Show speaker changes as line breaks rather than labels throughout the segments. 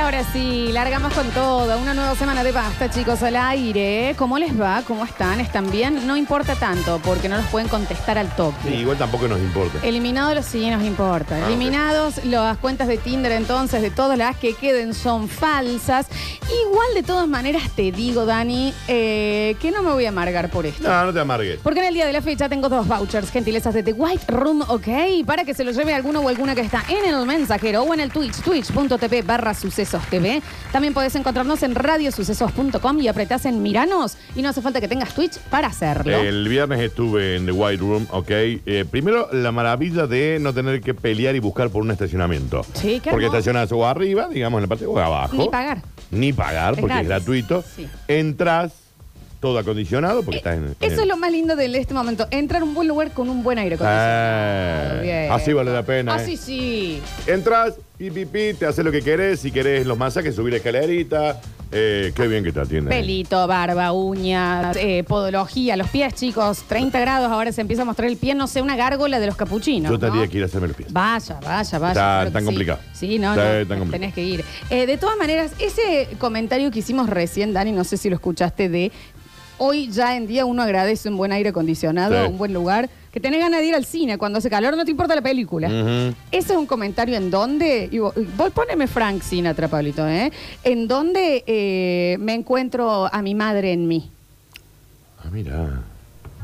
ahora sí, largamos con todo. Una nueva semana de basta, chicos, al aire. ¿Cómo les va? ¿Cómo están? ¿Están bien? No importa tanto, porque no nos pueden contestar al toque.
Sí, igual tampoco nos importa.
Eliminados los sí nos importa.
Ah,
Eliminados las cuentas de Tinder entonces, de todas las que queden son falsas. Igual de todas maneras te digo, Dani, eh, que no me voy a amargar por esto.
No, no te amargues.
Porque en el día de la fecha tengo dos vouchers, gentilezas de The White Room, ok, para que se los lleve alguno o alguna que está en el mensajero o en el Twitch, twitch.tv barra sucesos TV. También podés encontrarnos en radiosucesos.com y apretás en Miranos y no hace falta que tengas Twitch para hacerlo.
El viernes estuve en The White Room, ok. Eh, primero, la maravilla de no tener que pelear y buscar por un estacionamiento.
Sí, qué
Porque
hermoso.
estacionás o arriba, digamos, en la parte o abajo.
Ni pagar.
Ni pagar,
Es
porque es
gratis.
gratuito.
Sí. Eh,
Entras, todo acondicionado, porque estás en. en
Eso es
el-
lo más lindo de este momento, entrar a un buen lugar con un buen aire acondicionado.
Eh,
Bien.
así vale la pena.
Así
eh.
sí.
Entras, pi, pi, pi, te haces lo que querés. Si querés los masajes, subir escalerita. Eh, qué bien que te atienden.
Pelito, barba, uñas, eh, podología, los pies, chicos, 30 grados, ahora se empieza a mostrar el pie, no sé, una gárgola de los capuchinos.
Yo tendría
¿no?
que ir a hacerme el pie.
Vaya, vaya, vaya.
Está
que
tan
sí.
complicado.
Sí, no,
Está
no,
tan complicado.
tenés que ir. Eh, de todas maneras, ese comentario que hicimos recién, Dani, no sé si lo escuchaste, de hoy ya en día uno agradece un buen aire acondicionado,
Sí.
un buen lugar, que tenés ganas de ir al cine cuando hace calor, no te importa la película.
Ujú.
Ese es un comentario en donde, y vos, vos poneme Frank Sinatra, Pablito, ¿eh? En donde eh, me encuentro a mi madre en mí.
Ah, mira.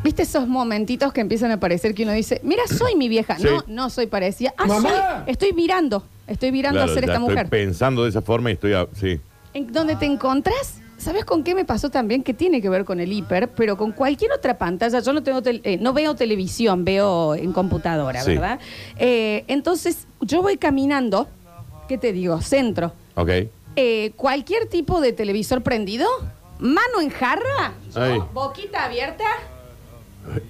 ¿Viste esos momentitos que empiezan a aparecer que uno dice, mira, soy mi vieja?
Sí.
No, no soy parecida. Ah,
Mamá.
soy, estoy mirando, estoy mirando
Claro,
a ser
ya
esta
estoy
mujer.
pensando de esa forma y estoy. a- sí.
En donde te encontrás, ¿sabes con qué me pasó también? Que tiene que ver con el hiper, pero con cualquier otra pantalla. Yo no, tengo tel- eh, no veo televisión, veo en computadora,
Sí.
¿verdad? Eh, entonces, yo voy caminando, ¿qué te digo? Centro.
Ok.
Eh, cualquier tipo de televisor prendido, mano en jarra, yo,
Ay.
boquita abierta,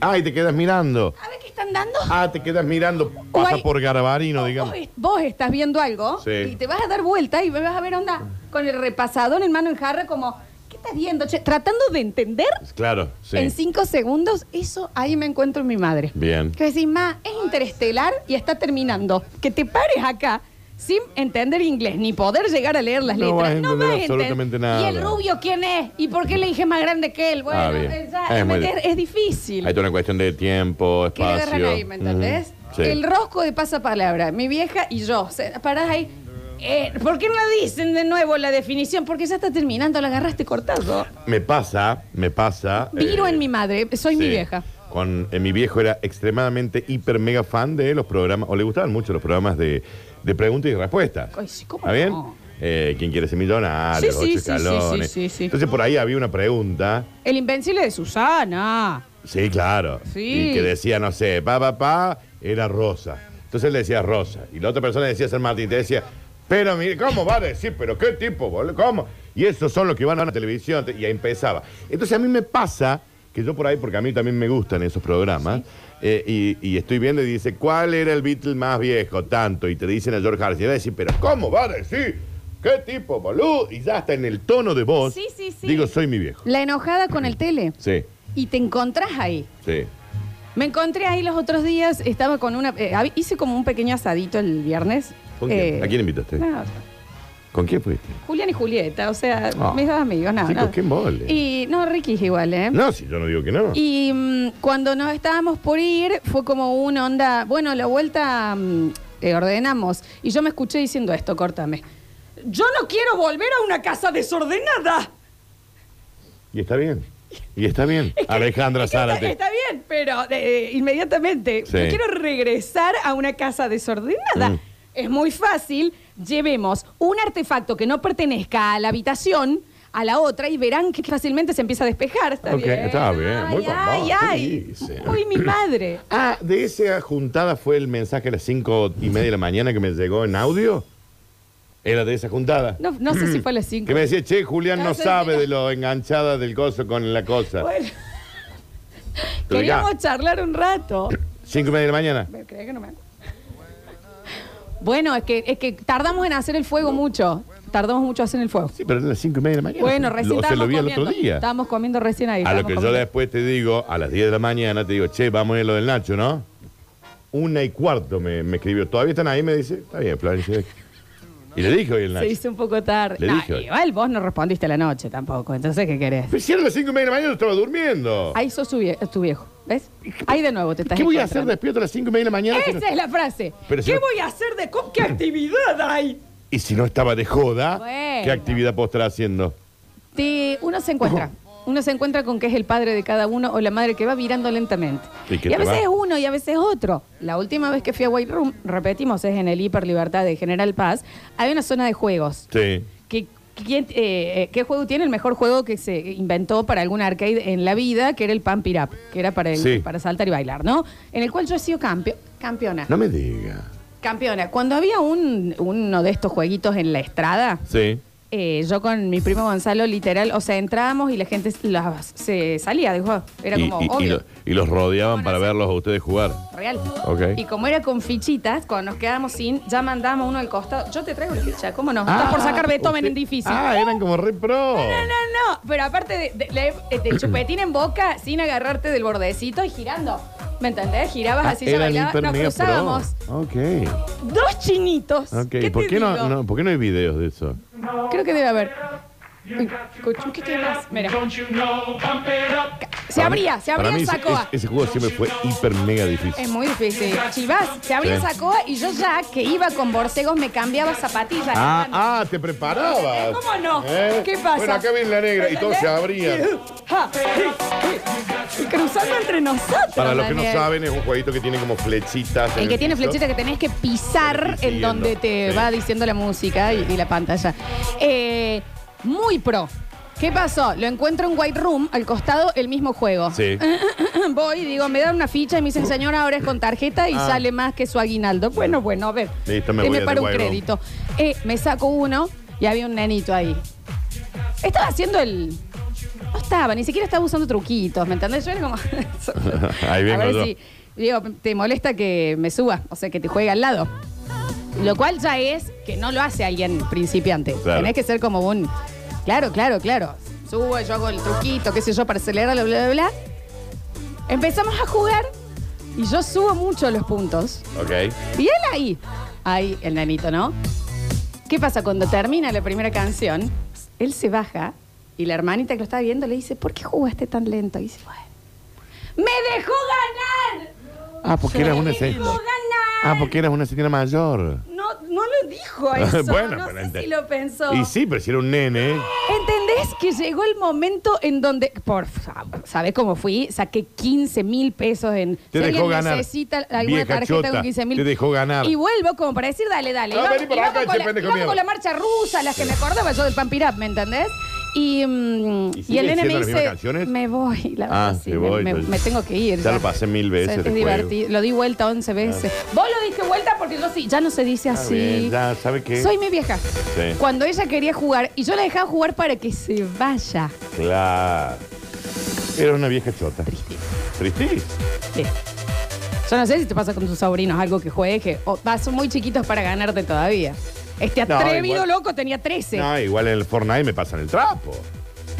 Ay, te quedas mirando.
a ver qué están dando.
Ah, te quedas mirando. Pasa
Guay.
por Garbarino, digamos.
Oh, Vos, es- vos estás viendo algo
Sí.
y te vas a dar vuelta y vas a ver onda con el repasador en mano en jarra como, ¿qué estás viendo? che? Tratando de entender
Claro, sí.
en cinco segundos, eso ahí me encuentro en mi madre.
Bien.
Que decís, ma, es interestelar y está terminando. Que te pares acá sin entender inglés ni poder llegar a leer las
No vas
letras.
a entender
entender.
absolutamente nada.
¿Y el rubio quién es? ¿Y por qué le dije más grande que él? Bueno,
Ah, bien.
eh, ya,
Es
¿me
muy-
entendés? es difícil.
Hay toda una cuestión de tiempo,
¿Qué le
espacio.
agarran ahí, me entendés?
Ujú. Sí.
El rosco de pasapalabra, mi vieja y yo. O sea, parás ahí. Eh, ¿Por qué no dicen de nuevo la definición? Porque ya está terminando, la agarraste cortado.
Me pasa, me pasa.
Viro
eh,
en mi madre, soy mi
sí.
vieja.
Con, eh, mi viejo era extremadamente hiper mega fan de los programas, o le gustaban mucho los programas de, de preguntas y respuestas.
Ay, sí, ¿cómo
¿Está bien?
no?
Eh, ¿Quién quiere ser millonario?
Sí,
Los
sí,
ocho
sí, sí,
escalones.
sí, sí, sí.
Entonces por ahí había una pregunta.
El invencible de Susana.
Sí, claro.
Sí.
Y que decía, no sé, pa, pa, pa, era Rosa. Entonces él decía Rosa. Y la otra persona decía San Martín. Te decía, pero mire, ¿cómo va a decir? ¿Pero qué tipo, boludo? ¿Cómo? Y esos son los que van a la televisión. Y ahí empezaba. Entonces a mí me pasa que yo por ahí, porque a mí también me gustan esos programas, eh, y, y estoy viendo y dice, ¿cuál era el Beatle más viejo? Tanto. Y te dicen a George Harrison. Y va a decir, ¿pero cómo va a decir? ¿Qué tipo, boludo? Y ya hasta en el tono de voz.
Sí, sí, sí.
Digo, soy mi viejo.
La enojada con el tele.
Sí,
Y te encontrás ahí.
sí.
Me encontré ahí los otros días, estaba con una... eh, hab- hice como un pequeño asadito el viernes.
¿Con quién?
Eh,
¿A quién invitaste?
no,
¿Con quién fuiste?
Julián y Julieta, o sea,
Ah.
mis dos amigos, nada.
Chicos, qué mole.
Y no, Ricky es igual, ¿eh?
No, si yo no digo que no.
Y mm, cuando nos estábamos por ir, fue como una onda, bueno, la vuelta mm, eh, ordenamos. Y yo me escuché diciendo esto, córtame. Yo no quiero volver a una casa desordenada.
Y está bien. Y está bien. Alejandra
Es que está-
Zárate.
Está, bien, pero eh, inmediatamente.
Sí.
Yo quiero regresar a una casa desordenada.
Mm.
Es muy fácil. Llevemos un artefacto que no pertenezca a la habitación a la otra y verán que fácilmente se empieza a despejar. Está
Ok,
bien.
está bien. Muy con vos.
ay, ay,
¿Qué
ay.
dice?
Uy, mi madre.
Ah, de esa juntada fue el mensaje a las cinco y media de la mañana que me llegó en audio. Era de esa juntada.
No, no sé si fue a las 5.
Que me decía, che, Julián no
Casa-
sabe de lo enganchada del gozo con la cosa. Pero ya,
queríamos charlar un rato.
Cinco y media de la mañana.
Me creía que no me acuerdo. Bueno, es que, es que tardamos en hacer el fuego mucho. Tardamos mucho en hacer el fuego.
Sí, pero eran las cinco y media de la mañana.
Bueno,
Lo-
recién
Se
estábamos
lo vi el
comiendo.
otro día.
Estábamos comiendo recién ahí.
A lo
estábamos
que yo
comiendo.
después te digo, a las 10 de la mañana, te digo, che, vamos a ir a lo del Nacho, ¿no? Una y cuarto me, me escribió. Todavía están ahí, me dice, está bien, Florencia. Y le dije hoy el
Se
Nacho.
hizo un poco tarde.
Le
No,
dije.
igual vos no respondiste a la noche tampoco. Entonces, ¿qué querés?
Pero si a las 5 y media de la mañana estaba durmiendo.
Ahí sos tu, vie- tu viejo. ¿Ves? Ahí de nuevo te estás
¿Qué voy a hacer
encontrando.
despierto a las 5 y media de la mañana? si no-
Esa es la frase.
Pero si
¿Qué
no-
voy a hacer de con qué actividad hay?
Y si no estaba de joda,
Bueno.
¿qué actividad puedo estar haciendo?
Te- uno se encuentra. Uno se encuentra con que es el padre de cada uno o la madre que va virando lentamente.
¿Y qué
a
te
veces
va?
es uno y a veces otro. La última vez que fui a White Room, repetimos, es en el Hiper Libertad de General Paz, hay una zona de juegos.
Sí.
¿Qué, quién, eh, eh, ¿Qué juego tiene el mejor juego que se inventó para algún arcade en la vida? Que era el Pump It Up, que era para, el-
Sí.
para saltar y bailar, ¿no? En el cual yo he sido campeo- campeona.
No me diga.
Campeona. Cuando había un- uno de estos jueguitos en la estrada,
Sí.
eh, yo con mi primo Gonzalo, literal, o sea, entrábamos y la gente la- se salía del juego. Era
y,
como
y- y
obvio.
lo- y los rodeaban
No, no
para
sé.
verlos a ustedes jugar.
Real.
Ok.
Y como era con fichitas, cuando nos quedábamos sin, ya mandamos uno al costado. Yo te traigo la ficha, ¿cómo no? Estás por sacar Beethoven
Ah, usted-
en difícil.
Ah, eran como re
No,
pro.
no, no. Pero aparte de, de- le- eh, del chupetín en boca, sin agarrarte del bordecito y girando. ¿Me entendés? Girabas
Ah,
así, ya
eran
bailaba,
hiper
nos
mega
cruzábamos.
pro. Ok.
Dos chinitos.
Ok.
¿Qué
¿Por
te
qué no,
digo?
no- ¿Por qué no hay videos de eso?
Creo que debe haber. Uy, Cochu, ¿qué más? Mira.
Don't you know, pump it up.
Se abría, se abría
Para
el
mí ese-
sacoa.
ese, ese juego siempre fue hiper mega difícil.
Es muy difícil. Chivas, se abría
Sí.
el sacoa y yo ya que iba con borcegos me cambiaba zapatillas.
Ah, ah, te preparabas.
¿Cómo no?
¿Eh?
¿Qué pasa?
Bueno, acá viene la negra y todos se abrían.
Ja, Y cruzando entre nosotros.
Para los que no
Daniel.
saben, es un jueguito que tiene como flechitas. en
El que tiene
piso.
flechita que tenés que pisar
Tenés que ir
en donde
siguiendo.
te
Sí.
va diciendo la música y, y la pantalla. Eh, muy pro. ¿Qué pasó? Lo encuentro en White Room, al costado, el mismo juego.
Sí.
Voy y digo, me dan una ficha y me dicen, señora, ahora es con tarjeta y
Ah.
sale más que su aguinaldo. Bueno, bueno, a ver.
Listo, me
que
voy
me
a
para
The
un
White Room.
crédito. Eh, me saco uno y había un nenito ahí. Estaba haciendo el. No estaba, ni siquiera estaba usando truquitos, ¿me entendés? Yo era como.
Ahí vengo
a ver
yo.
si. Digo, te molesta que me suba, o sea, que te juegue al lado. Lo cual ya es que no lo hace alguien principiante.
Claro.
Tenés que ser como un. Claro, claro, claro. Subo, yo hago el truquito, qué sé yo, para acelerarlo, bla, bla, bla. Empezamos a jugar y yo subo mucho los puntos.
Ok.
Y él ahí. Ahí, el nanito, ¿no? ¿Qué pasa? Cuando termina la primera canción, él se baja y la hermanita que lo estaba viendo le dice, ¿por qué jugaste tan lento? Y dice, bueno, ¡me dejó ganar!
Ah, porque eras una
¡Me dejó
señora.
ganar!
Ah, porque eras una señora mayor.
No, no lo dijo eso, no sé
ente-
si lo pensó.
Y sí, pero si era un nene.
¿Entendés que llegó el momento en donde, por favor, ¿sabés cómo fui? Saqué 15 mil pesos en...
Te
si
dejó
alguien
ganar,
necesita alguna
vieja
tarjeta
chota,
con 15 mil...
te dejó ganar.
Y vuelvo como para decir, dale, dale.
No,
y vamos,
vení por
y
acá,
vamos con,
che,
la,
pendejo
y vamos
mierda.
con la marcha rusa, las que me acordaba yo del Pampirap, ¿me entendés? Y, mm,
¿Y
y
siguen
el nene me
siendo las mismas
dice,
canciones?
me voy, la
Ah,
verdad, sí,
me
me,
voy,
me-
yo-
me tengo que ir.
Ya lo pasé mil
O sea,
veces
es
el juego.
divertido, lo di vuelta 11 veces. Vos lo diste vuelta porque yo sí, ya no se dice
Está
así.
bien, ya, ¿sabe qué?
Soy mi vieja.
Sí.
Cuando ella quería jugar y yo la dejaba jugar para que se vaya.
Claro. Era una vieja chota. Tristís.
Sí. Yo no sé si te pasa con tus sobrinos algo que juegues que o vas muy chiquitos para ganarte todavía. Este
No,
atrevido
igual-
loco tenía 13
No, igual en el Fortnite me pasan el trapo.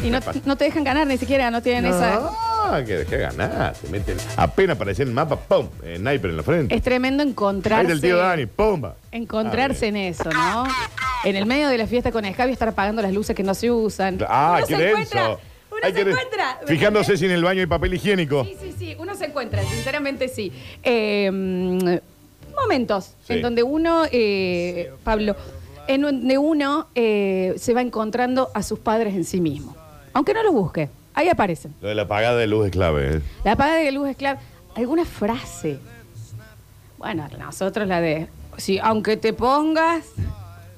y no,
me pasa.
no te dejan ganar ni siquiera, no tienen esa...
Ah, que dejé ganar. Se meten. Apenas aparecía en el mapa, ¡pum! Eh, Sniper en la frente.
Es tremendo
Ahí
encontrarse...
del tío Dani, ¡pumba!
Encontrarse en eso, ¿no? En el medio de la fiesta con Escabio estar apagando las luces que no se usan.
Ah,
Uno
qué
se
denso.
encuentra, uno
Ay,
se
qué de-
encuentra. ¿me
Fijándose si en el baño hay papel higiénico.
Sí, sí, sí, uno se encuentra, sinceramente sí. Eh, mm, momentos
Sí.
en donde uno, eh, Pablo, en donde uno eh, se va encontrando a sus padres en sí mismo. Aunque no los busque, ahí aparecen.
Lo de la apagada de luz es clave. ¿eh?
La paga de luz es clave. ¿Alguna frase? Bueno, nosotros la de, sí, aunque te pongas,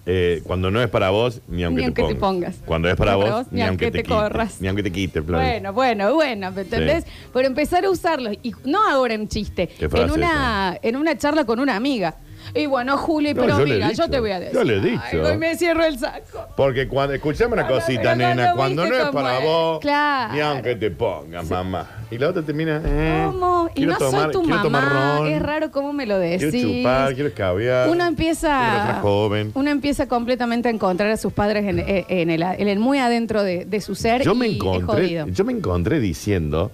Eh, cuando no es para vos, ni aunque,
Ni aunque te pongas.
Cuando es para
Ni
vos,
para vos,
ni, aunque, te, quite.
corras.
Ni aunque te quite. Flavio.
Bueno, bueno, bueno, ¿me entendés?
Sí.
Pero empezar a usarlos, y no ahora en chiste,
Qué frase
en una, en una charla con una amiga. Y bueno, Juli,
No,
pero
yo le he
mira,
dicho.
yo te voy a decir.
Yo le he dicho.
algo y me cierro el saco.
Porque cuando, escuchame una
Cuando-
cosita,
cuando
nena,
no
cuando no
viste
es para
cómo es.
vos,
Claro.
ni aunque te pongas, mamá. Y la otra te mira, eh,
¿Cómo? Y
quiero
no
tomar-
soy tu
quiero
mamá.
tomar ron,
Es raro cómo me lo decís.
Quiero chupar, quiero escabear.
Uno
quiero
empieza,
otra joven.
uno empieza completamente a encontrar a sus padres en, en- en el, en el muy adentro de, de su ser.
Yo me,
y es
encontré,
jodido.
yo me encontré diciendo,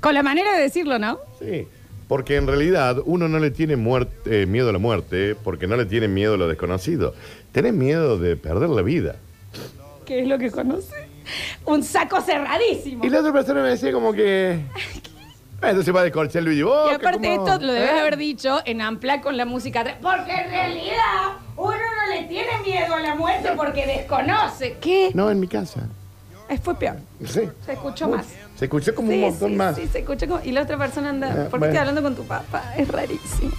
Con la manera de decirlo, ¿no?
sí, Porque en realidad uno no le tiene muerte- eh, miedo a la muerte porque no le tiene miedo a lo desconocido. Tenés miedo de perder la vida.
¿Qué es lo que conoce? Un saco cerradísimo.
Y la otra persona me decía como que... "Ah, Entonces va a descorchar Luigi. vos,
Y
que
aparte
como-
esto lo debes
¿Eh?
haber dicho en ampla con la música atrás. Porque en realidad uno no le tiene miedo a la muerte porque desconoce. ¿Qué?
No, en mi casa.
Eh, Fue peor.
Sí.
Se escuchó más.
Se escuchó como
Sí,
un montón
sí,
más.
sí, se escucha como- Y la otra persona anda.
Eh,
¿Por qué
bueno.
estoy hablando con tu papá? Es rarísimo.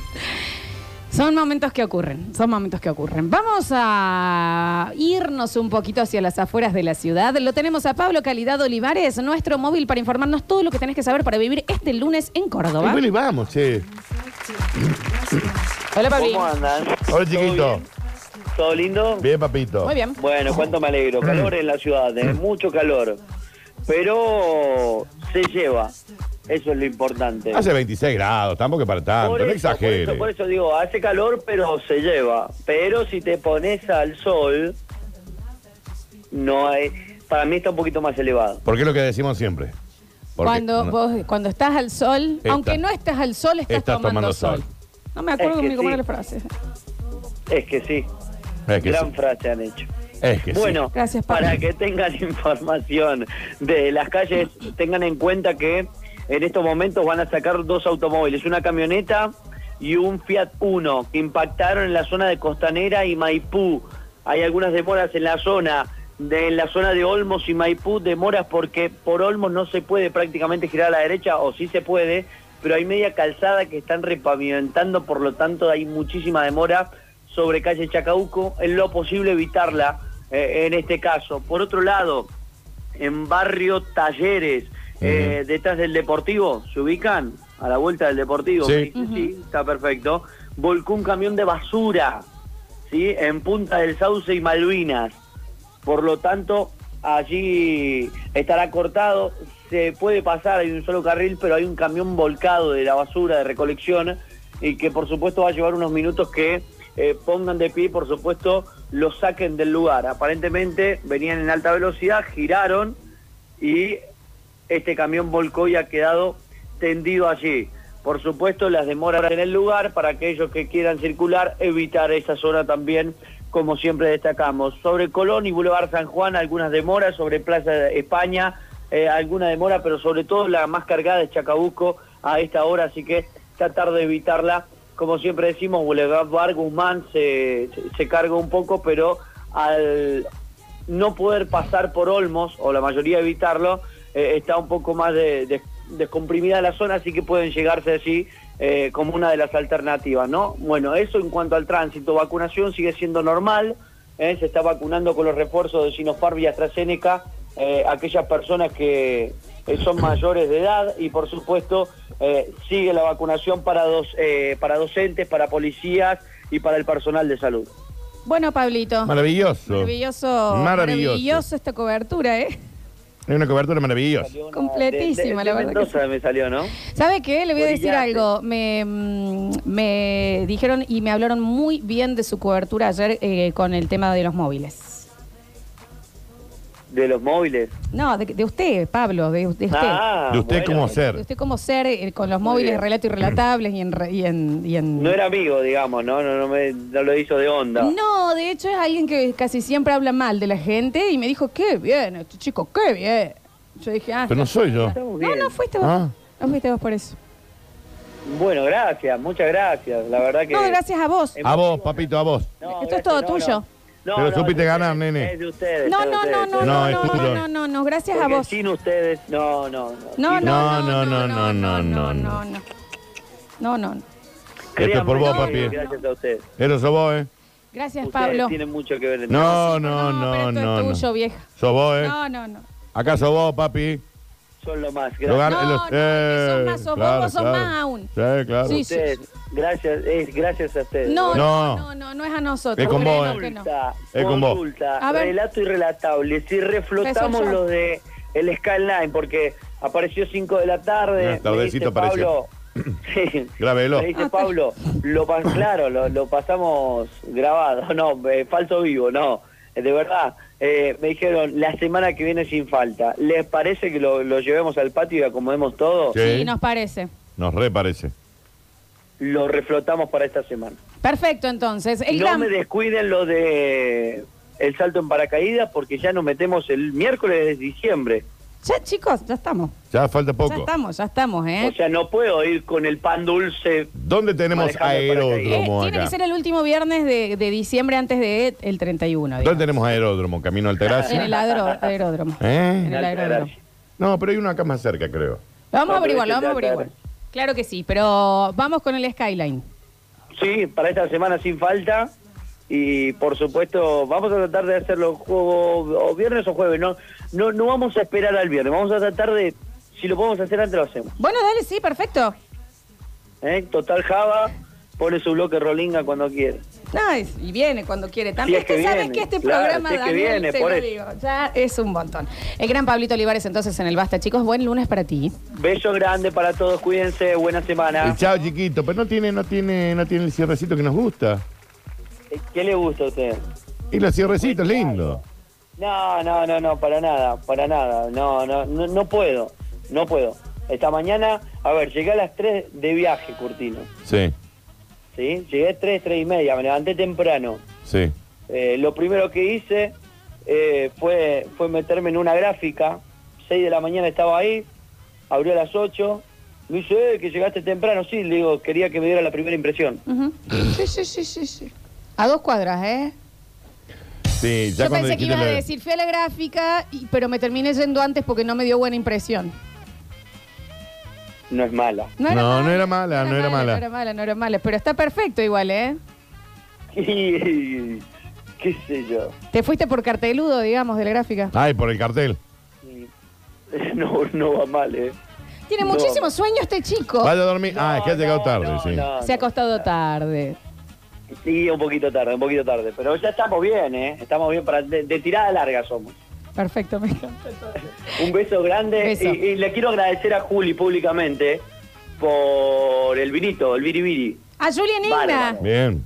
Son momentos que ocurren, son momentos que ocurren. Vamos a irnos un poquito hacia las afueras de la ciudad. Lo tenemos a Pablo Calidad Olivares, nuestro móvil para informarnos todo lo que tenés que saber para vivir este lunes en
Y
Córdoba.
bueno, y vamos, che.
Hola, Pablo.
¿Cómo andan?
Hola,
¿Todo
chiquito.
bien? ¿Todo lindo?
Bien, Mm. papito.
Muy bien.
Bueno, cuánto me alegro. Calor en la ciudad, ¿eh?
Mm.
mucho calor. Pero se lleva. Eso es lo importante.
Hace 26 grados, tampoco que para tanto.
Por
no
eso, por
exageres.
eso, por eso digo, hace calor, pero se lleva. Pero si te pones al sol, no hay. Para mí está un poquito más elevado.
Porque es lo que decimos siempre. Porque-
Cuando,
no.
vos, cuando estás al sol,
Está.
aunque no estás al sol, estás,
Estás
tomando,
tomando
sol.
sol.
No me acuerdo
Es que
ni cómo era la
sí.
frase.
Es que sí.
Es que
Gran
sí.
frase han hecho.
Es que sí.
Bueno,
Gracias, Pablo.
para que tengan información de las calles, tengan en cuenta que en estos momentos van a sacar dos automóviles, una camioneta y un Fiat Uno, que impactaron en la zona de Costanera y Maipú. Hay algunas demoras en la zona, de en la zona de Olmos y Maipú, demoras porque por Olmos no se puede prácticamente girar a la derecha, o sí se puede, pero hay media calzada que están repavimentando, por lo tanto hay muchísima demora sobre calle Chacabuco, en lo posible evitarla eh, en este caso. Por otro lado, en barrio Talleres, eh, detrás del Deportivo, se ubican a la vuelta del Deportivo.
Sí.
sí, está perfecto. Volcó un camión de basura, ¿sí? En Punta del Sauce y Malvinas. Por lo tanto, allí estará cortado. Se puede pasar, hay un solo carril, pero hay un camión volcado de la basura de recolección y que por supuesto va a llevar unos minutos que eh, pongan de pie y por supuesto lo saquen del lugar. Aparentemente venían en alta velocidad, giraron y este camión volcó y ha quedado tendido allí. Por supuesto, las demoras en el lugar para aquellos que quieran circular, evitar esa zona también, como siempre destacamos. Sobre Colón y Boulevard San Juan, algunas demoras, sobre Plaza de España, eh, alguna demora, pero sobre todo la más cargada es Chacabuco a esta hora, así que tratar de evitarla. Como siempre decimos, Boulevard Bar Guzmán se, se- se carga un poco, pero al no poder pasar por Olmos, o la mayoría evitarlo, eh, está un poco más de- de- descomprimida la zona, así que pueden llegarse así eh, como una de las alternativas, ¿no? Bueno, eso en cuanto al tránsito, vacunación sigue siendo normal, eh, se está vacunando con los refuerzos de Sinopharm y AstraZeneca eh, aquellas personas que eh, son mayores de edad y por supuesto eh, sigue la vacunación para, dos, eh, para docentes, para policías y para el personal de salud.
Bueno, Pablito.
Maravilloso.
Maravilloso.
Maravilloso.
Maravilloso esta cobertura, ¿eh?
Hay una cobertura maravillosa.
Salió una-
Completísima,
de- de-
la
de
verdad que
Mendoza me salió, ¿no?
¿Sabe qué? Le voy a decir
Brillante.
algo. Me, mm, me dijeron y me hablaron muy bien de su cobertura ayer eh, con el tema de los móviles.
De los móviles.
No, de, de usted, Pablo, de, de usted.
Ah,
¿De usted
bueno.
cómo
De
hacer?
usted como ser eh, con los
Muy
móviles
bien.
relato y relatables y en... re- Y en, y en-
No era amigo, digamos, ¿no? No, no, me- no lo hizo de onda.
No, de hecho es alguien que casi siempre habla mal de la gente y me dijo, qué bien, este chico, qué bien. Yo dije, ah,
Pero no soy yo.
Estamos
no,
bien.
no fuiste vos.
Ah.
No fuiste vos por eso.
Bueno, gracias, muchas gracias. La verdad que.
No, gracias a vos.
Eh,
A vos, papito, a vos.
No,
Esto es
gracias,
todo
no,
tuyo.
no. No,
Pero
no,
supiste
es de
ganar,
ustedes,
nene.
Es de ustedes.
No,
es de
no, no,
ustedes,
no,
es de
no,
es
no,
tuyo.
no, no, no, no, gracias
Porque
a vos.
Sin ustedes, no,
No,
no. sin-
no, no, no,
No, no,
no, no, no,
no,
no,
no.
no. No, no.
Esto es por
Créanme
vos,
que
papi.
Gracias a ustedes.
Eso sos vos, ¿eh?
Gracias,
Ustedes
Pablo.
tienen mucho que ver en
No,
No,
no,
pero
no,
esto es
no. no.
tuyo, vieja.
Sos vos, ¿eh?
No, no, no.
Acá sos vos, papi.
Son lo más.
Lo
Gracias.
gan-
No, no,
los-
es que sos
eh,
más, sos vos,
claro,
vos sos
claro.
más aún.
Sí, claro.
Sí, sí.
Ustedes, gracias, es gracias a ustedes.
No, no, no,
No.
no, no es a nosotros.
Es con vos,
Creo
eh.
que no.
Consulta,
Es con vos.
consulta,
A ver.
relato y relatable. Si reflotamos
Resolvamos.
los de el Skyline, porque apareció 5 de la tarde.
Una Ah, tardecito
me dice Pablo, Sí.
Grábelo.
Me dice
Ah, está.
Pablo, lo pas- claro, lo, lo pasamos grabado, no, eh, falso vivo, no. eh, De verdad, Eh, me dijeron la semana que viene sin falta. ¿Les parece que lo, lo llevemos al patio y acomodemos todo?
Sí.
Sí, nos parece.
Nos reparece.
lo reflotamos para esta semana.
Perfecto, entonces. El
No
glam-
me descuiden lo de el salto en paracaídas porque ya nos metemos el miércoles de diciembre.
Ya, chicos, ya estamos.
Ya falta
Ya
poco.
estamos, ya estamos, ¿eh?
O sea, no puedo ir con el pan dulce.
¿Dónde tenemos
Manejando
Eh,
aeródromo
tiene que
acá?
ser el último viernes de, de diciembre antes de el 31. digamos.
¿Dónde tenemos aeródromo? ¿Camino a
En el
Altagracia?
adro- aeródromo.
¿Eh?
En el aeródromo.
No, pero hay uno acá más cerca,
Lo
creo.
vamos a
No,
averiguar, lo vamos
pero
a
es que ya-
averiguar. Claro que sí, pero vamos con el Skyline.
Sí, para esta semana sin falta. Y por supuesto, vamos a tratar de hacerlo juego, o viernes o jueves. No, no, no vamos a esperar al viernes. Vamos a tratar de, si lo podemos hacer antes, lo hacemos.
Bueno, dale, sí, perfecto.
¿eh? Total Java pone su bloque rolinga cuando quiere.
Nice. Y viene cuando quiere. También
es que
sabes
viene,
que este
claro,
programa
si es que
Daniel,
viene,
te
por
lo
eso.
digo, ya es un montón. El gran Pablito Olivares entonces en el Basta, chicos. Buen lunes para ti.
Beso grande para todos. Cuídense. Buena semana.
Y Eh, chao, chiquito. Pero no tiene, no tiene, no tiene el cierrecito que nos gusta.
¿Qué le gusta a usted?
Y los cierrecitos, lindo.
No, no, no, no, para nada, para nada. No, no, no, no puedo, no puedo. Esta mañana, a ver, llegué a las 3 de viaje, Curtino.
Sí,
¿sí? Llegué a 3, 3 y media, me levanté temprano.
sí.
Eh, lo primero que hice eh, fue, fue meterme en una gráfica. 6 de la mañana estaba ahí, abrió a las 8. Me dice, eh, que llegaste temprano. Sí, le digo, quería que me diera la primera impresión.
Sí, sí, sí, sí, sí. A dos cuadras, ¿eh?
Sí, ya
Yo
cuando
pensé que
dijiste
ibas a
lo de-
decir, fui a la gráfica, y- pero me terminé yendo antes porque no me dio buena impresión.
No es mala.
No, no era mala, no era mala.
No era mala, no era mala. Pero está perfecto igual, ¿eh?
Y, qué sé yo.
Te fuiste por carteludo, digamos, de la gráfica.
Ay, por el cartel.
No, no va mal, eh.
Tiene
No.
muchísimo sueño este chico.
Vaya a dormir. ah, es que ha
No,
llegado
no,
tarde,
no,
sí.
no,
Se ha
no.
acostado tarde.
Sí, un poquito tarde, un poquito tarde. Pero ya estamos bien, ¿eh? Estamos bien, para de, de tirada larga somos.
Perfecto, me encanta.
Un beso grande
Beso.
Y, y le quiero agradecer a Juli públicamente por el vinito, el biribiri.
A Ah, Julia Nigna.
Bárbaro.
Bien.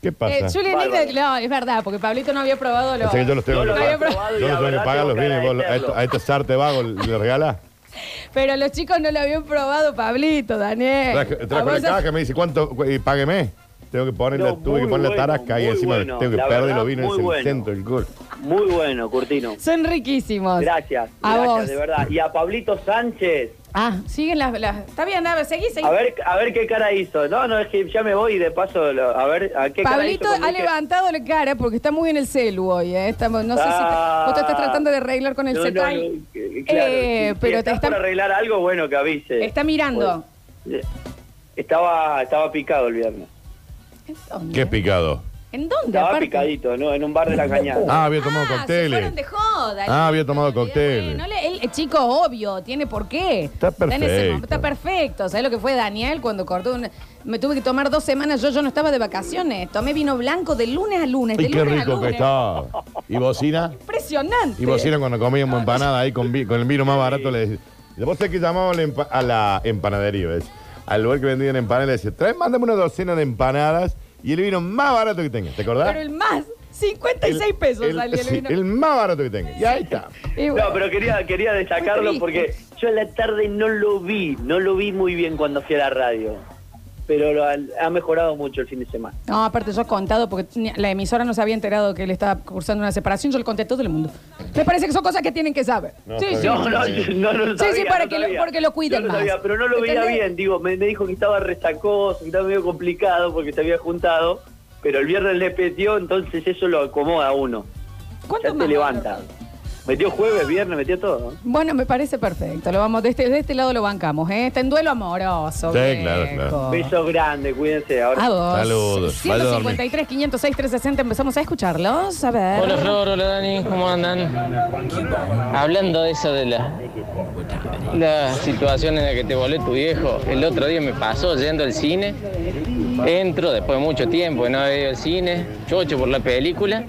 ¿Qué
Eh,
Ah, pasa?
Julia
Bárbaro.
Nigna, no, es verdad, porque Pablito no había probado lo.
O sea que yo los tengo
Yo
que
lo había
pagar.
probado y
Yo
la
los tengo que
verdad
pagar
tengo
los
que
bienes. vos lo- A,
agradecerlo.
esto- a este sarte vago le regalás.
Pero los chicos no lo habían probado, Pablito, Daniel.
Traje,
A
trajo
vos
la
sos-
caja, me dice, ¿cuánto? cu- Y págueme. Tengo que poner la,
No,
tuve que
muy
poner la
bueno,
tarasca y
muy
encima
bueno.
tengo que
La
perder
verdad,
los vinos
muy
en el
bueno.
centro del gol.
Muy bueno, Curtino.
Son riquísimos.
Gracias,
A
gracias,
vos.
de verdad. Y a Pablito Sánchez,
Ah, siguen las. las- Está bien, a ver, seguí, seguí.
a ver, a ver qué cara hizo. No, no, es que ya me voy y de paso, lo- a ver, a qué cara hizo.
Pablito
cuando
ha
dije-
levantado la cara porque está muy en el celu hoy, ¿eh? Estamos, no sé si
Ah.
te- vos te estás tratando de arreglar con el
No, no,
CETAI.
no, que- claro,
Eh,
si- si
pero te
estás
está-
por arreglar algo, bueno, que avise.
Está mirando.
Pues, eh, estaba, estaba picado el viernes.
¿En dónde?
Qué picado.
¿En dónde?
Estaba
aparte?
picadito, ¿no? En un bar de la cañada.
Ah, había tomado
Ah, Se
cócteles.
fueron de joda.
Ah, había tomado
Bueno,
cócteles.
no le- él- el chico, obvio, tiene por qué.
Está
en ese
perfecto.
momento, está perfecto. ¿Sabes lo que fue Daniel cuando cortó? un- me tuve que tomar dos semanas. Yo, yo no estaba de vacaciones. Tomé vino blanco de lunes a lunes. de
Y qué
lunes a
rico que
lunes.
está. Y bocina.
Impresionante.
Y bocina cuando comíamos empanada ahí con, vi- con el vino más barato le decía. Vos sabés que llamamos a la empa- a la empanadería, ¿ves? Al lugar que vendían empanadas le decía, trae, mándame una docena de empanadas y el vino más barato que tengas, ¿te acordás?
Pero el más, 56 pesos
el,
salió el
sí,
vino.
el más barato que tengas. Y ahí está.
Y bueno.
No, pero quería, quería destacarlo
Muy
porque
triste.
yo a la tarde no lo vi, no lo vi muy bien cuando fui a la radio. Pero lo ha, ha mejorado mucho el fin de semana.
No, aparte yo he contado porque ni- la emisora no se había enterado que él estaba cursando una separación, yo le conté a todo el mundo. Me parece que son cosas que tienen que saber.
No,
sí,
está
sí.
bien.
No, no, yo no lo
Sí, sí,
sabía.
para
no
que lo-
sabía.
porque lo cuiden
Yo
más.
sabía, pero no lo veía
¿Entendés?
bien, digo, me, me dijo que estaba restacoso, que estaba medio complicado porque se había juntado, pero el viernes le petió, entonces eso lo acomoda a uno.
¿Cuánto
Ya
más?
te levanta. Metió jueves, viernes, metió todo.
Bueno, me parece perfecto. Lo vamos, de este, de este lado lo bancamos, ¿eh? Está en duelo amoroso.
Sí, claro,
viejo.
claro.
Besos grandes, cuídense. Ahora
A vos.
Saludos. Vaya a dormir.
153, 506, 360. Empezamos a escucharlos. A ver.
Hola Flor, hola Dani, ¿cómo andan? Hablando de eso de la, la situación en la que te volé tu viejo, el otro día me pasó yendo al cine, entro después de mucho tiempo que no había ido al cine, chocho por la película,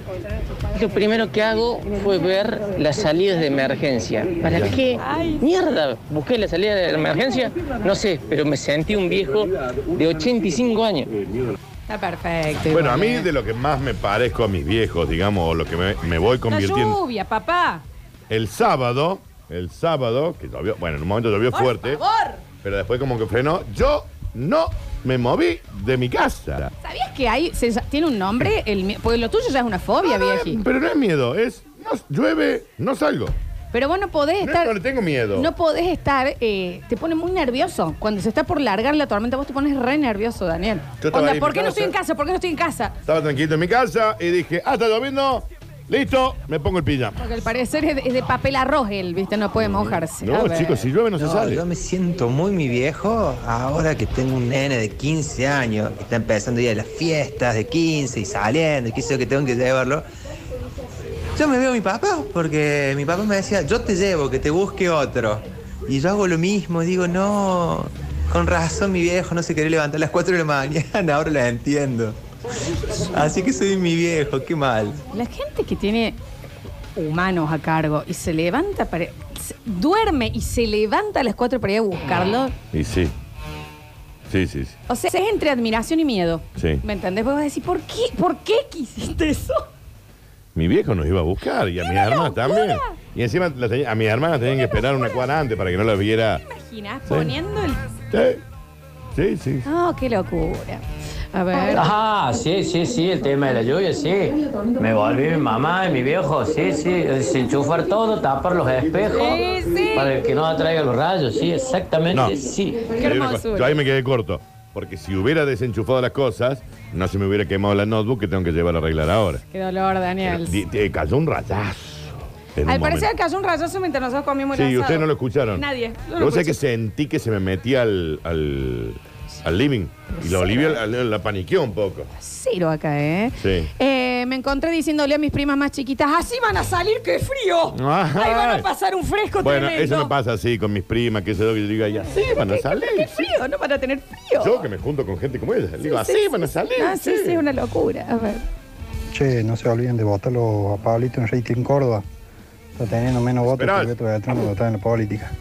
y lo primero que hago fue ver las salidas de emergencia. ¿Para qué? Mierda, busqué la salida de emergencia, no sé, pero me sentí un viejo de 85 años.
Está perfecto.
Bueno, a
igual,
mí
¿eh?
de lo que más me parezco a mis viejos, digamos, o lo que me, me voy
La
convirtiendo.
lluvia, papá.
El sábado, el sábado, que llovió, bueno, en un momento llovió
Por
fuerte,
favor.
pero después como que frenó, yo no me moví de mi casa.
¿Sabías que hay, se- tiene un nombre? El, mie- porque lo tuyo ya es una fobia,
Ah, No, no,
vieji.
pero no es miedo, es no, llueve, no salgo.
Pero vos no podés
eh, No,
estar.
no le tengo miedo.
No podés estar. eh, te pone muy nervioso. Cuando se está por largar la tormenta, vos te pones re nervioso, Daniel.
Yo estaba
Onda,
ahí en
¿por
mi
qué no
casa.
estoy en casa? ¿Por qué no estoy en casa?
Estaba tranquilito en mi casa y dije, ah, está lloviendo, listo, me pongo el pijama.
Porque al parecer es de, es de papel arroz él, ¿viste? No puede mojarse. A
No,
ver.
chicos, si llueve no, se
No,
sale.
yo me siento muy mi viejo ahora que tengo un nene de 15 años que está empezando a ir a las fiestas de 15 y saliendo y qué sé yo que tengo que llevarlo. Yo me veo a mi papá porque mi papá me decía, yo te llevo, que te busque otro. Y yo hago lo mismo, digo, no, con razón mi viejo no se quería levantar a las 4 de la mañana, ahora la entiendo. Así que soy mi viejo, qué mal.
La gente que tiene humanos a cargo y se levanta para. se- duerme y se levanta a las cuatro para ir a buscarlo.
Y sí. Sí, sí, sí.
O sea, es entre admiración y miedo.
Sí.
¿Me entendés? Vos vas a decir, ¿por qué, ¿por qué quisiste eso?
Mi viejo nos iba a buscar y a mis hermanas
locura!
también. Y encima las teni- a mis hermanas tenían que esperar una cuadra antes para que no las viera.
¿Te imaginas?
Sí.
Poniendo el.
Sí, sí, sí.
No, qué locura. A ver.
Ah, sí, sí, sí, el tema de la lluvia, sí. Me volví mi mamá y mi viejo, sí, sí. Desenchufar todo, tapar los espejos
Sí, sí.
para que no atraiga los rayos, sí, exactamente,
No.
sí.
Qué
Hay una cosa-
hermosura.
Yo ahí me quedé corto. Porque si hubiera desenchufado las cosas, no se me hubiera quemado la notebook que tengo que llevar a arreglar ahora.
Qué dolor, Daniel.
Di- di- cayó un rayazo. en un
Al parecer
momento.
cayó un rayazo mientras nosotros comimos el
Sí,
asado.
ustedes no lo escucharon.
Nadie, no lo
Lo que pasa es
escuché.
que sentí que se me metía al, al, al living. Y la Olivia la, la- la paniqueó un poco.
Cero acá, ¿eh?
Sí.
Eh, Me encontré diciéndole a mis primas más chiquitas, así van a salir, qué frío. Ahí van a pasar un fresco
Bueno,
tremendo.
eso me pasa así con mis primas, que se lo que yo diga, ya sí, van a salir.
Qué
sí.
frío, no van a tener frío.
Yo que me junto con gente como ella, digo, así van a salir.
Ah, sí, sí, es una locura. A ver.
Che, no se olviden de votarlo a Pablito en Rating Córdoba. Está teniendo menos votos
Esperá.
que Beto Beltrán cuando estaba en la política.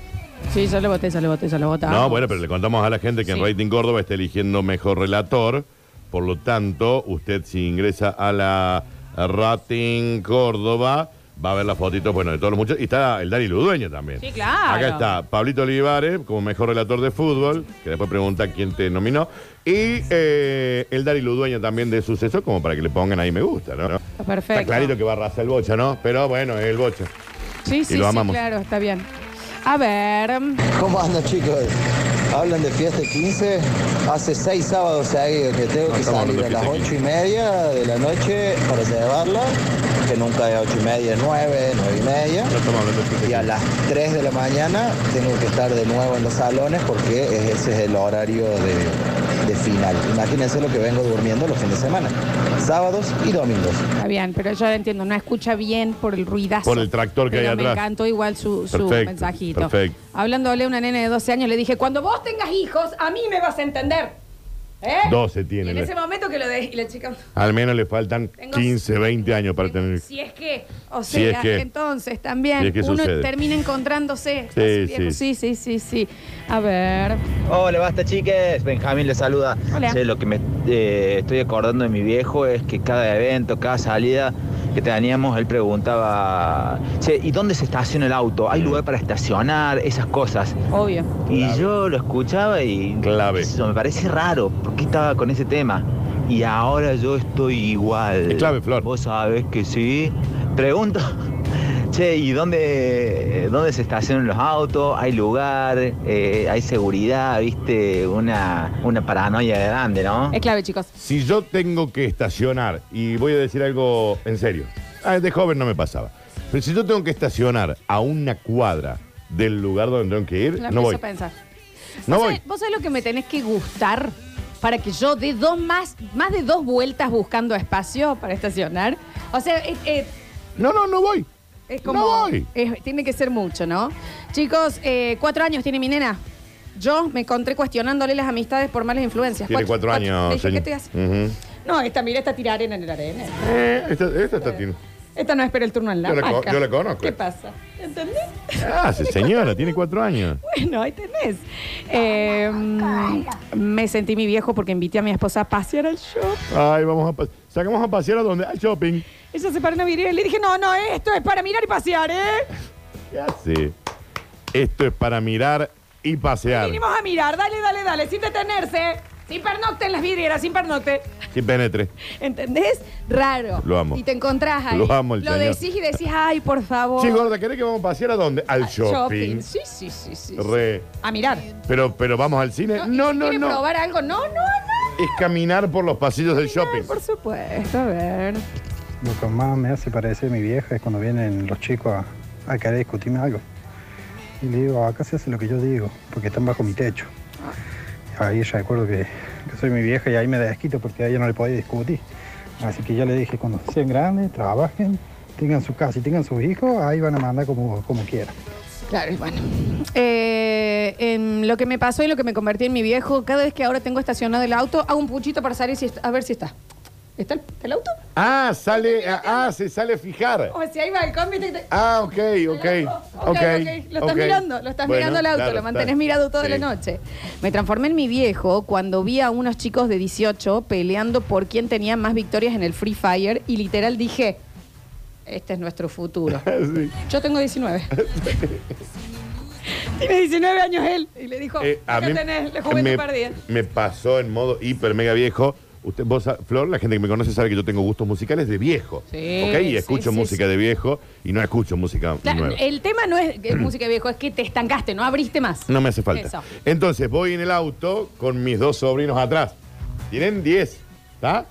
Sí, yo lo voté, yo lo voté, yo lo voté.
No, bueno, pero le contamos a la gente que en
Sí.
Rating Córdoba está eligiendo mejor relator. Por lo tanto, usted si ingresa a la Rating Córdoba, va a ver las fotitos, bueno, de todos los muchachos. Y está el Dani Ludueño también.
Sí, claro.
Acá está Pablito Olivares como mejor relator de fútbol, que después pregunta quién te nominó. Y eh, el Dani Ludueño también de suceso, como para que le pongan ahí me gusta, ¿no?
Perfecto.
Está clarito que va a arrasar el bocha, ¿no? Pero bueno, es el bocha.
Sí, sí,
lo
sí,
amamos.
claro, está bien. A ver.
¿Cómo andan chicos? Hablan de fiesta de 15. Hace seis sábados seguidos que tengo
No,
que
Ah, estamos hablando
salir
de
a las
fiesta de
ocho y media de la noche para llevarla, que nunca es ocho y media, nueve, nueve y media.
No estamos hablando
Y a
de
las 3 de la mañana tengo que estar de nuevo en los salones porque ese es el horario de, de final. Imagínense lo que vengo durmiendo los fines de semana, sábados y domingos.
Está bien, pero yo entiendo, no escucha bien por el ruidazo.
Por el tractor que
Pero
hay atrás.
Me encantó igual su, su
Perfecto,
mensajito.
perfecto.
Hablándole a una nena de 12 años, le dije, cuando vos tengas hijos, a mí me vas a entender. ¿Eh?
12
Y
tiene.
en
la-
ese momento que lo dejé, y la chica...
Al menos le faltan
Tengo
15, 20 años para tener.
Si es que, o sea,
Si es que.
entonces también
Si es que
uno
sucede.
termina encontrándose.
Sí,
Así, viejo. sí,
sí.
sí, sí, sí. A ver,
Hola, basta chiques. Benjamín les saluda.
Hola.
Che, lo que me eh, estoy acordando de mi viejo es que cada evento, cada salida que teníamos, él preguntaba, che, ¿y dónde se estaciona el auto? ¿Hay lugar para estacionar? Esas cosas.
obvio.
Y yo lo escuchaba y...
Clave.
Eso me parece raro, porque estaba con ese tema. Y ahora yo estoy igual.
Es clave, Flor.
Vos sabés que sí. Pregunto, che, ¿y dónde, dónde se estacionan los autos? ¿Hay lugar? Eh, ¿Hay seguridad? ¿Viste? Una, una paranoia grande, ¿no?
Es clave, chicos.
Si yo tengo que estacionar, y voy a decir algo en serio, ah, de joven no me pasaba, pero si yo tengo que estacionar a una cuadra del lugar donde tengo que ir,
La empiezo
no voy.
a pensar.
No
¿Vos
voy.
sabés- ¿Vos sabés lo que me tenés que gustar para que yo dé dos más, más de dos vueltas buscando espacio para estacionar? O sea, es, es-
No, no, no voy.
es como.
No voy.
es- tiene que ser mucho, ¿no? Chicos, eh, cuatro años tiene mi nena. Yo me encontré cuestionándole las amistades por malas influencias.
Tiene cuatro
Le
años,
dije, ¿Qué te hace?
Ujú.
No, esta, mira, esta tira arena en el arena.
Eh, esta, esta está tiene.
Esta no espera el turno en la
Yo la co-
hamaca.
yo la conozco.
¿Qué pasa? ¿Entendés?
Ah, sí, señora, tiene cuatro años.
Bueno, ahí tenés. Eh, me sentí mi viejo porque invité a mi esposa a pasear al show.
Ay, vamos a pas- Sacamos a pasear a donde hay shopping.
Ella se paró en la vidriera y le dije, no, no, esto es para mirar y pasear, ¿eh?
¿Qué hace? Esto es para mirar y pasear.
Vinimos a mirar, dale, dale, dale, sin detenerse. Sin pernocte en las vidrieras, sin pernocte.
Sin penetre.
¿Entendés? Raro.
Lo amo.
Y te encontrás ahí.
Lo amo el
Lo
señor.
decís y decís, ay, por favor. Ah,
Sí, gorda, ¿querés que vamos a pasear a dónde? Al shopping.
Oh. Sí, sí, sí, sí.
Re.
A mirar.
Pero, pero vamos al cine. No, no,
¿Quieres
no.
probar algo? No, no, no.
Es caminar por los pasillos del shopping.
Por supuesto, a ver.
Lo que más me hace parecer mi vieja es cuando vienen los chicos a, a querer discutirme algo. Y le digo, acá se hace lo que yo digo, porque están bajo mi techo. Ahí ella recuerdo que, que soy mi vieja y ahí me desquito porque a ella no le podía discutir. Así que yo le dije, cuando sean grandes, trabajen, tengan su casa y tengan sus hijos, ahí van a mandar como, como quieran.
Claro, y bueno. Eh, em, lo que me pasó y lo que me convertí en mi viejo, cada vez que ahora tengo estacionado el auto, hago un puchito para salir si est- a ver si está. ¿Está el, está el auto?
Ah, sale, ah, ah, se sale a fijar.
O si hay balcón, viste que te-
Ah, ok, ok.
Oh. Ok, ok. Lo estás
ok.
mirando, lo estás
Bueno,
mirando al auto,
claro,
lo mantenés
está-
mirado toda
sí.
la noche. Me transformé en mi viejo cuando vi a unos chicos de 18 peleando por quién tenía más victorias en el Free Fire y literal dije, este es nuestro futuro.
Sí.
Yo tengo 19. Tiene 19 años él. Y le dijo,
Eh, a
acá
mí
tenés la juventud
me,
perdida.
me pasó en modo hiper mega viejo. Usted, vos, sa- Flor, la gente que me conoce sabe que yo tengo gustos musicales de viejo.
Sí,
¿Ok?
sí,
Y escucho
sí,
música
sí.
de viejo y no escucho música
Claro, eh,
nueva.
el tema no es, que es música de viejo, es que te estancaste, no abriste más.
No me hace falta.
Eso.
Entonces voy en el auto con mis dos sobrinos atrás. Tienen 10, ¿está?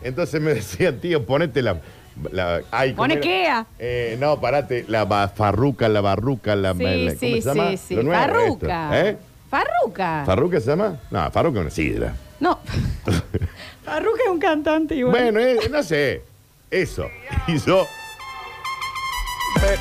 Entonces me decían, tío, ponete la. la ay, ¿cómo
Pone
era?
Kea.
Eh, no, parate. La ba- farruca, la barruca, la.
Sí,
la- ¿Cómo
sí,
se llama?
sí, sí.
Lo nuevo,
Farruca.
esto, ¿eh?
Farruca.
¿Farruca se llama? No, farruca es una sidra.
no. Farruca es un cantante igual.
Bueno, eh, no sé. Eso. Y yo. Eh,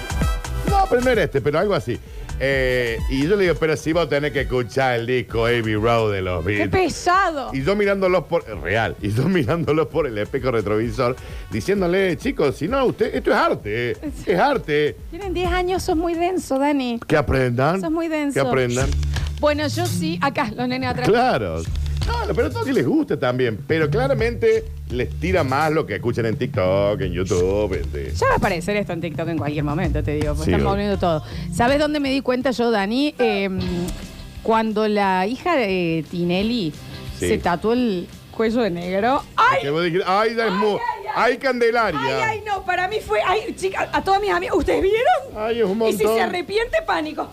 no, pero no era este, pero algo así. Eh, y yo le digo, pero si vos tenés que escuchar el disco Abbey Road de los
¡Qué
Beatles.
pesado!
Y yo mirándolos por. Real. Y yo mirándolos por el espejo retrovisor, diciéndole, chicos, si no, usted, esto es arte. Es arte.
Tienen 10 años, sos muy denso, Dani.
Que aprendan.
Sos muy denso.
Que aprendan.
Bueno, yo sí, acá, los nenes atrás.
Claro. Claro, pero todo que les gusta también. Pero claramente les tira más lo que escuchan en TikTok, en YouTube. en- de-
Ya va a aparecer esto en TikTok en cualquier momento, te digo, porque
Sí,
están
obvio.
moviendo todo. ¿Sabes dónde me di cuenta yo, Dani? Eh, cuando la hija de Tinelli
Sí.
se tatuó el cuello de negro. ¡Ay!
Que vos dijiste, ay, ya es mu-
ay, ay!
ay, Candelaria.
¡Ay, ay, no! Para mí fue. ¡Ay, chicas! A todas mis amigas. ¿Ustedes vieron?
Ay, es un
Y si
montón.
se arrepiente, pánico.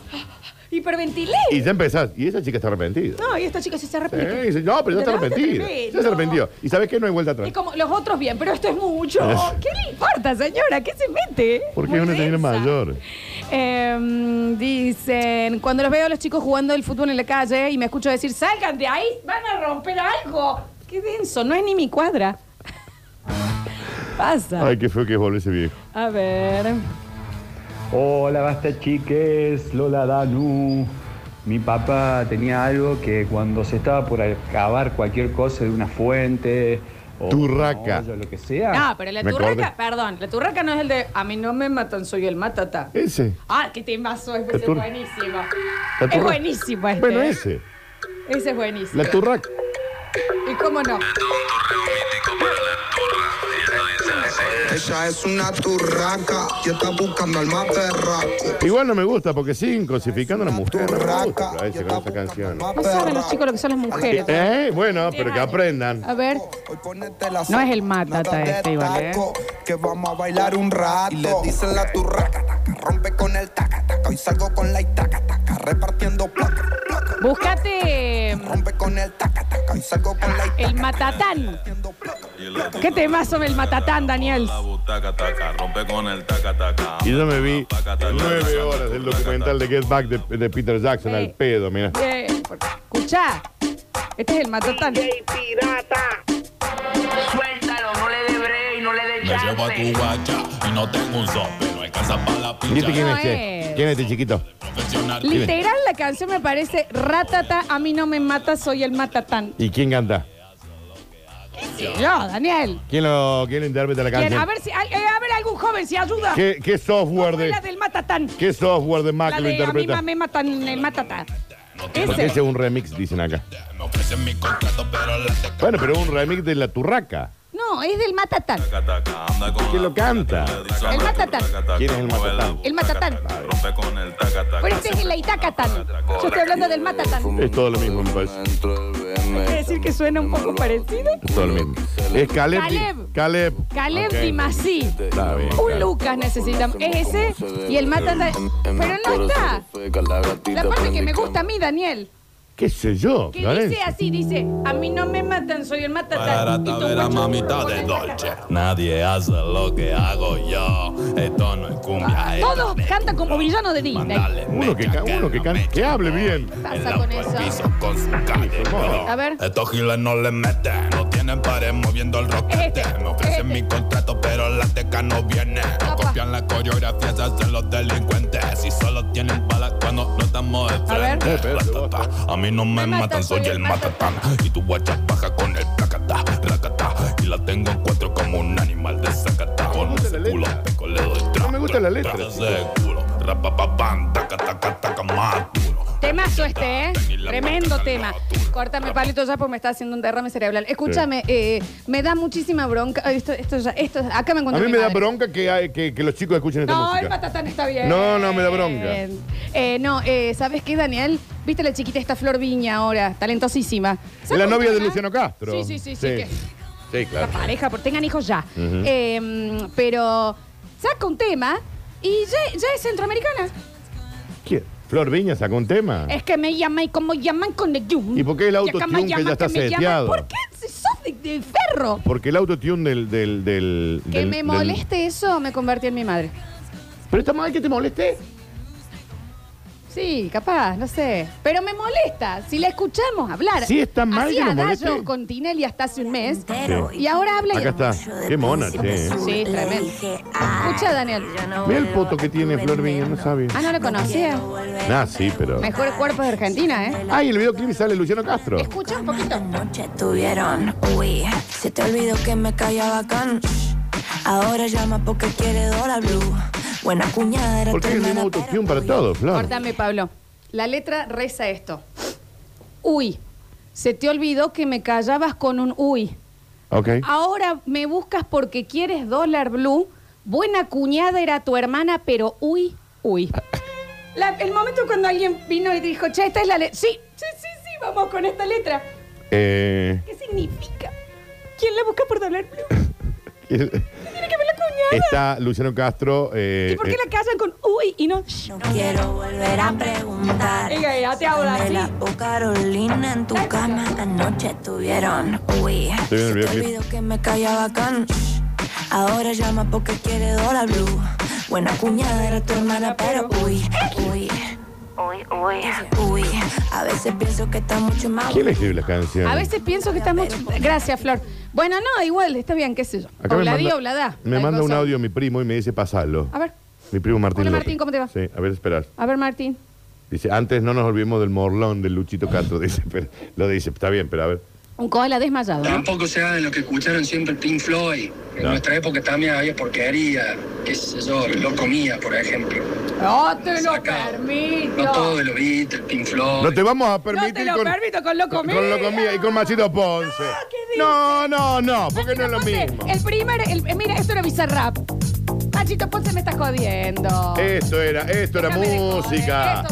Hiperventilé.
Y ya empezás. Y esa chica está arrepentida.
No, y esta chica sí se
Eh,
arrepiente.
y dice, no, pero ya está
Pero no te
arrepentida.
arrepentís,
Ya se
no.
arrepintió. Y sabes que no hay vuelta atrás.
Es como los otros bien, pero esto es mucho. ¿Qué le importa, señora? ¿Qué se mete?
Porque
Muy
es una señora
densa.
mayor.
Em, dicen, cuando los veo a los chicos jugando el fútbol en la calle y me escucho decir, salgan de ahí, van a romper algo. Qué denso, no es ni mi cuadra. Pasa.
Ay, qué feo que es volver ese viejo.
A ver.
Hola, basta chiques, Lola Danu. Mi papá tenía algo que cuando se estaba por acabar cualquier cosa de una fuente o una
Turraca.
olla, lo que sea.
No, pero la
Ah, Me
turraca,
acordé.
perdón, la turraca no es el de a mí no me matan, soy el matata.
Ese.
Ah, qué temazo, ese es
tur-
buenísimo.
La
Es
turra-
buenísimo este.
Bueno,
¿eh?
ese.
Ese es buenísimo.
La turraca.
¿Y cómo no?
Ella es una turraca y está buscando al más perraco.
Igual no me gusta porque siguen cosificando a la mujer. No me gusta
Turraca
a
y
veces
está
con esa
buscando al
canción.
más
No saben los
perraco.
chicos lo que son las mujeres.
Eh, bueno, pero que aprendan.
A ver.
Hoy ponete la
No es el
sopa,
Matata
nada de
este, igual, ¿eh?
taco, Que vamos a bailar un rato. Y le dicen la turraca, taca, rompe con el taca, taca. Hoy salgo con la itaca, taca, repartiendo placa, placa.
Búscate em,
Rompe con el taca, taca. Hoy salgo con la itaca,
el matatán.
repartiendo placa.
¿Qué temazo el matatán, Daniel?
Y yo me vi nueve horas del documental de Get Back de, de Peter Jackson
Sí.
al pedo, mira.
Eh, Escuchá. Este es el matatán.
¿Y este quién
No es.
es este? ¿Quién es este chiquito?
Literal, la canción me parece ratata, a mí no me mata, soy el matatán.
¿Y quién canta?
Sí, yo, Daniel.
¿Quién lo, quién lo interpreta la
Bien,
canción?
a ver si, al- eh, a ver algún joven si ayuda.
¿Qué, qué software
Fue
de
la del matatán.
qué software de Mac
La
lo
de a mí
interpreta?
ma- me matan el matatán.
Porque ese
Ese.
es un remix, dicen acá. Bueno, pero es un remix de la turraca.
No, No, es del Matatán.
¿Quién lo canta?
El Matatán.
¿Quién es el matatán?
El Matatán. Pero este es el Aitacatán. Yo estoy hablando del Matatán.
Es todo lo mismo, me parece.
Hay que decir que suena un poco parecido.
Es todo lo mismo. Es Caleb.
Caleb.
Caleb.
Caleb
Ok.
y Masí.
Está bien.
Un Lucas necesitamos. Es ese y el Matatán.
Em,
Pero no está. La parte que me gusta a mí, Daniel.
¿Qué sé yo?
Que
Florencia?
dice así, dice, a mí no me matan, soy el Matatán. Y tú, guacho, con el Matatán.
Nadie hace lo que hago yo. Esto no es cumbia.
Todos cantan como villanos de Disney.
Uno que, ca- uno que, can- que hable bien.
Pasa con eso.
con su calle.
A ver.
Estos giles no le meten, no tienen pares moviendo el rock.
Este,
Me ofrecen mi contrato, pero la teca no viene. No copian la coreografía, se hacen los delincuentes. Y solo tienen balas cuando no estamos de
ver.
frente. Ratata, A mí no me, matan, soy el matatán. Y tu guacha baja con el placata, racata. Y la tengo en cuatro como un animal de sacata. Con ese culo, peco, le doy tra.
No me gusta la
tra-
letra.
ese culo, rapapapam, taca, taca, taca, más duro.
Temazo este, ¿eh? Tremendo tema. Córtame, palito, ya porque me está haciendo un derrame cerebral. Escúchame, eh, me da muchísima bronca. Ay, Esto, esto, ya- esto, acá me
A
encuentro.
mí
mi
me da
madre.
bronca que, hay- que, que los chicos escuchen esta
No, el
música.
matatán está bien.
No, no, me da bronca.
Eh, no, eh, ¿sabes qué, Daniel? ¿Viste la chiquita esta Flor Viña ahora? Talentosísima.
Es
¿Sabes
la
un
novia de
tema?
Luciano Castro.
Sí, sí, sí, sí. que-
Sí, claro.
pareja, porque tengan hijos ya.
Ujú.
Eh, pero saca un tema y ya, ya es centroamericana.
¿Quién? Flor Viña sacó un tema.
Es que me llaman y como llaman con el yum.
¿Y por qué el
Y acá
autotune
me
que
llaman,
ya está
me llaman?
seteado?
¿Por qué Si sos de, de ferro?
Porque el autotune del, del, del.
Que
del-
me
del-
moleste eso me convertí en mi madre.
Pero está mal que te moleste.
Sí, capaz, no sé. Pero me molesta. Si la escuchamos hablar.
Sí, está mal
Hacía
que nos
Dayo
moleste.
con Tinelli hasta hace un mes.
Sí.
Y ahora habla y-
Acá está. Qué mona, che.
Sí, tremendo. Escucha, Daniel.
Mira el poto que tiene Flor Viña, no sabía.
Ah, no lo conocía.
Ah, sí, pero.
Mejor cuerpo de Argentina, ¿eh?
Ah, y el videoclip sale Luciano Castro.
Escucha un poquito.
tuvieron. Uy, se te olvidó que me caía bacán. Ahora llama porque quiere Dora Blue. Buena cuñada era
Porque es
tu
el mismo
hermana,
autotune para todo, Flor.
Córtame, Pablo. La letra reza esto. Uy, se te olvidó que me callabas con un uy.
Ok.
Ah. Ahora me buscas porque quieres dólar blue. Buena cuñada era tu hermana, pero uy, uy. La- el momento cuando alguien vino y dijo, che, esta es la letra. Sí, sí, sí, sí, vamos con esta letra.
Eh,
¿Qué significa? ¿Quién la busca por dólar blue? Tiene que ver la cuñada.
está Luciano Castro. eh,
¿Y por qué la callan con uy y no? No
quiero volver a preguntar.
Venga, ya te hablo así.
Pamela o Carolina en tu cama anoche tuvieron. Uy,
Estoy viendo el
se te
videoclip.
olvidó que me caía bacán. Ahora llama porque quiere Dora Blue. Buena cuñada era tu hermana, pero uy, uy. Uy, uy. Uy, a veces pienso que está mucho más.
¿Quién le escribe las canciones?
A veces pienso que está mucho. Gracias, Flor. Bueno, no, igual, está bien, qué sé yo.
Acá me
Obladí,
manda-
oblada.
Me
Hay
manda un
cosa.
audio mi primo y me dice, pasalo.
A ver,
Mi primo Martín.
Hola,
López.
Martín, ¿cómo te va?
Sí, a ver, esperar.
a ver, Martín.
Dice, antes no nos olvidemos del morlón del Luchito Castro. Dice, pero, lo dice, está bien, pero a ver.
Un koala desmayado. ¿no?
Tampoco se hagan lo que escucharon siempre Pink Floyd. En
No.
nuestra época también había porquería, qué sé yo, lo comía, por ejemplo.
No te lo permito.
No todo de los Beatles, Pink Floyd.
No te vamos a
No te
permitir
lo
con,
permito con loco mío.
con Loco Mía y con Machito Ponce. No, no, no, porque no es lo mismo.
El primer, el- eh, mira, esto era bizarrap. Machito Ponce me está jodiendo.
Esto era, esto era Eh, música.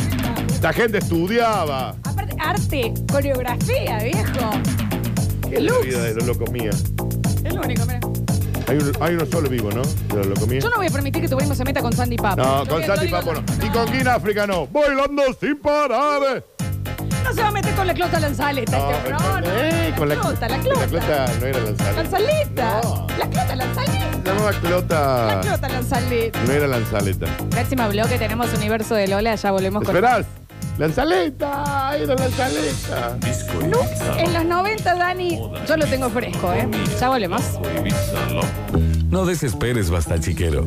La gente estudiaba.
Aparte, arte, coreografía, viejo.
Qué la vida de los Loco Mía.
Es lo único, mira.
Hay, un- hay uno solo vivo, ¿no? De los Loco Mía.
Yo no voy a permitir que tu primo se meta con Sandy Papo.
No,
Yo
con
digo-
Santi
yo digo-
Papo no. Y con King África no. Bailando sin parar.
No se va a meter con la clota lanzaleta.
No,
este, no, no,
eh, con la
clota, la
La
clota.
clota no era lanzaleta.
Lanzaleta. La clota lanzaleta.
Se llamaba
La
clota.
clota lanzaleta.
No era lanzaleta.
Próximo bloque tenemos Universo de Lola, ya volvemos con...
Esperás. Lanzaleta. Era lanzaleta.
Lux en los 90, Dani, yo lo tengo fresco, ¿eh? Ya volvemos.
No desesperes, basta chiquero.